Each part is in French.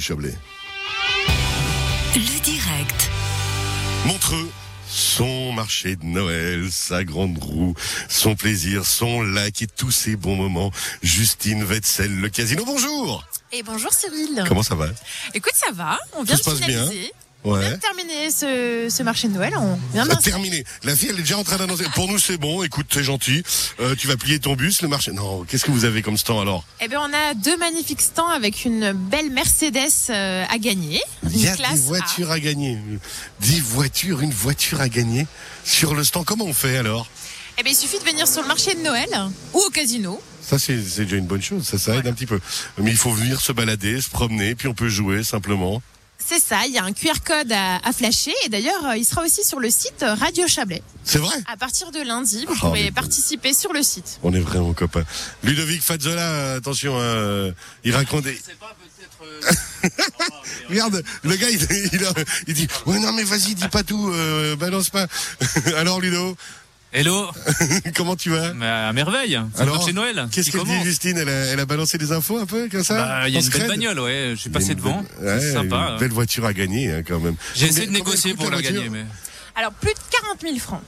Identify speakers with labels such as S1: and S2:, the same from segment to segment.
S1: Chablais.
S2: Le direct.
S1: Montreux, son marché de Noël, sa grande roue, son plaisir, son lac et tous ses bons moments. Justine Wetzel, le casino, bonjour
S3: Et bonjour Cyril.
S1: Comment ça va
S3: Écoute, ça va, on vient
S1: Tout se
S3: de
S1: passe bien
S3: finaliser. On vient
S1: Ouais.
S3: de terminer ce, ce marché de Noël. On vient
S1: Ah,
S3: d'en-
S1: Terminé. La fille, elle est déjà en train d'annoncer. Pour nous, c'est bon. Écoute, t'es gentil. Euh, tu vas plier ton bus, le marché. Non, qu'est-ce que vous avez comme stand alors
S3: Eh bien, on a deux magnifiques stands avec une belle Mercedes euh, à gagner.
S1: Il y a
S3: une classe
S1: des voitures à gagner. Dix voitures, une voiture à gagner sur le stand. Comment on fait alors
S3: A. Eh bien, il suffit de venir sur le marché de Noël ou au casino.
S1: Ça, c'est c'est déjà une bonne chose. Ça, ça aide un petit peu. Mais il faut venir se balader, se promener, puis on peut jouer simplement.
S3: C'est ça, il y a un QR code à, à flasher et d'ailleurs, euh, il sera aussi sur le site euh, Radio Chablais.
S1: C'est vrai
S3: À partir de lundi, vous
S1: Oh,
S3: pouvez
S1: mais-
S3: participer sur le site.
S1: On est vraiment copains. Ludovic Fazzola, attention, euh, il raconte. des-
S4: sais pas, peut-être. euh,
S1: Regarde, le gars, il, il a- il dit Ouais, non, mais vas-y, dis pas tout, euh, balance pas. Alors, Ludo,
S4: Hello,
S1: comment tu vas
S4: mais à merveille. C'est
S1: Alors,
S4: Alors, chez Noël.
S1: Qu'est-ce
S4: qui
S1: qu'elle dit,
S4: commence.
S1: Justine elle a, elle a balancé des infos un peu, comme ça
S4: Bah, Il y
S1: En
S4: a une
S1: scred
S4: belle bagnole, ouais. Je suis
S1: Il y a
S4: passé
S1: une
S4: devant.
S1: belle-
S4: c'est
S1: ouais,
S4: sympa. hein.
S1: Une belle voiture à gagner, hein, quand même.
S4: J'ai essayé de
S1: Combien- combien
S4: négocier
S1: coûte
S4: pour la
S1: voiture
S4: gagner, mais.
S3: Alors, plus de 40 000 francs.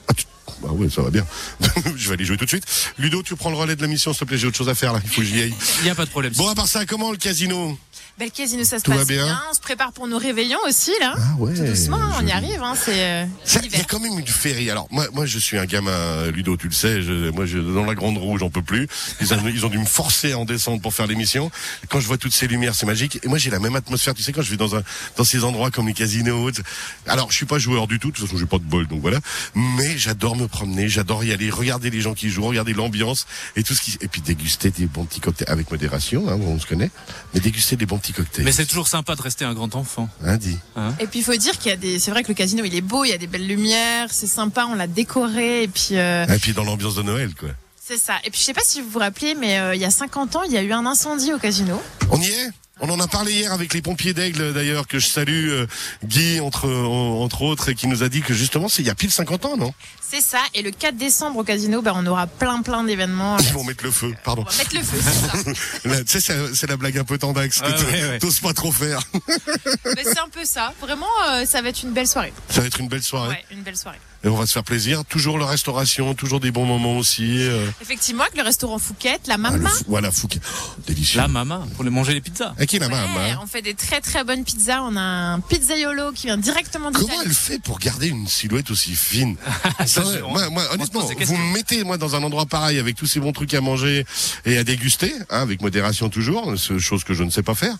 S1: Ah ouais, ça va bien. je vais aller jouer tout de suite. Ludo, tu prends le relais de la mission, s'il te plaît. J'ai autre chose à faire là. Il faut que j'y aille.
S4: Il n'y a pas de problème.
S1: Bon, à part ça, comment le casino
S3: Belle casino, ça se
S1: Tout va
S3: passe
S1: bien Ah,
S3: On se prépare pour nos réveillons aussi, là.
S1: ouais.
S3: Tout doucement, on y arrive, hein, c'est euh,
S1: Ça, Il y a
S3: l'hiver.
S1: quand même une féerie. Alors moi, moi je suis un gamin, euh, Ludo, tu le sais. Je, moi, je, dans la grande roue, j'en peux plus. Ils ont, ils ont dû me forcer à en descendre pour faire l'émission. Quand je vois toutes ces lumières, c'est magique. Et moi, j'ai la même atmosphère. Tu sais, quand je vais dans un, dans ces endroits comme les casinos. tu sais. Alors, je suis pas joueur du tout. De toute façon, j'ai pas de bol, donc voilà. Mais j'adore me promener. J'adore y aller, regarder les gens qui jouent, regarder l'ambiance et tout ce qui. Et puis déguster des bons petits cocktails avec modération. Hein, on se connaît. Mais déguster des bons petits cocktails.
S4: Mais c'est toujours sympa de rester un grand enfant.
S1: Hein, dis.
S3: Et puis il faut dire qu'il y a des, c'est vrai que le casino il est beau, il y a des belles lumières, c'est sympa, on l'a décoré et puis euh,
S1: Et puis dans l'ambiance de Noël, quoi.
S3: c'est ça. Et puis je sais pas si vous vous rappelez, mais euh, il y a 50 ans il y a eu un incendie au casino.
S1: On y est on en a parlé hier avec les pompiers d'Aigle d'ailleurs que je salue euh, Guy entre euh, entre autres et qui nous a dit que justement c'est il y a pile 50 ans non
S3: C'est ça. Et le 4 décembre au casino, ben on aura plein plein d'événements.
S1: ils vont mettre le feu pardon
S3: On va mettre le feu. c'est ça.
S1: Là, tu sais c'est c'est la blague un peu tendax que
S4: Ouais,
S1: t-
S4: Ah ouais, ouais.
S1: t'oses pas trop faire
S3: Mais Ben, c'est un peu ça. Vraiment, euh, ça va être une belle soirée.
S1: ça va être une belle soirée
S3: Ouais, une belle soirée.
S1: et on va se faire plaisir toujours la restauration toujours des bons moments aussi euh,
S3: Effectivement, avec le restaurant Fouquette, la
S1: ah, le
S3: Mama.
S1: fou- voilà fou Oh, délicieux
S4: La maman, pour le manger les pizzas.
S1: et qui la hein main
S3: Ouais, Eh, on fait des très très bonnes pizzas. On a un pizzaiolo qui vient directement d'Italie.
S1: Comment elle fait pour garder une silhouette aussi fine
S4: Ça,
S1: Ouais,
S4: je-
S1: moi, moi,
S4: on se
S1: honnêtement,
S4: posait
S1: vous
S4: question.
S1: me mettez moi dans un endroit pareil avec tous ces bons trucs à manger et à déguster, hein, avec modération toujours, ce- chose que je ne sais pas faire.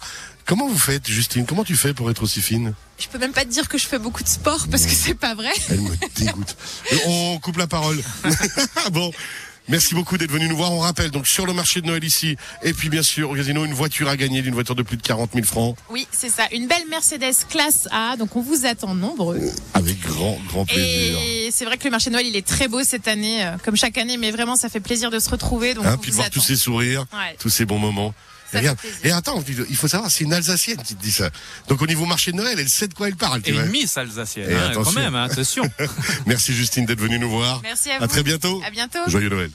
S1: Comment vous faites, Justine Comment tu fais pour être aussi fine
S3: Je peux même pas te dire que je fais beaucoup de sport parce que c'est pas vrai.
S1: Elle me dégoûte. Euh, On coupe la parole. bon. Merci beaucoup d'être venu nous voir. On rappelle donc sur le marché de Noël ici, et puis bien sûr au casino, une voiture à gagner, d'une voiture de plus de 40 000 francs,
S3: Oui, c'est ça. Une belle Mercedes classe A. Donc on vous attend nombreux.
S1: avec grand grand Euh, plaisir.
S3: Et c'est vrai que le marché de Noël, il est très beau cette année, euh, comme chaque année. Mais vraiment, ça fait plaisir de se retrouver. Donc
S1: Hein,
S3: on
S1: puis de
S3: vous
S1: voir
S3: attend.
S1: tous ces sourires,
S3: Ouais.
S1: tous ces bons moments.
S3: Ça
S1: Et regarde.
S3: fait plaisir.
S1: Et attends, il faut savoir, c'est une Alsacienne qui te dit ça. Donc au niveau marché de Noël, elle sait de quoi elle parle, tu
S4: Et
S1: vois.
S4: une miss alsacienne.
S1: Et
S4: hein,
S1: attention.
S4: quand même, hein, attention.
S1: Merci Justine d'être venue nous voir.
S3: Merci à
S1: À
S3: vous.
S1: très bientôt.
S3: À bientôt.
S1: Joyeux Noël.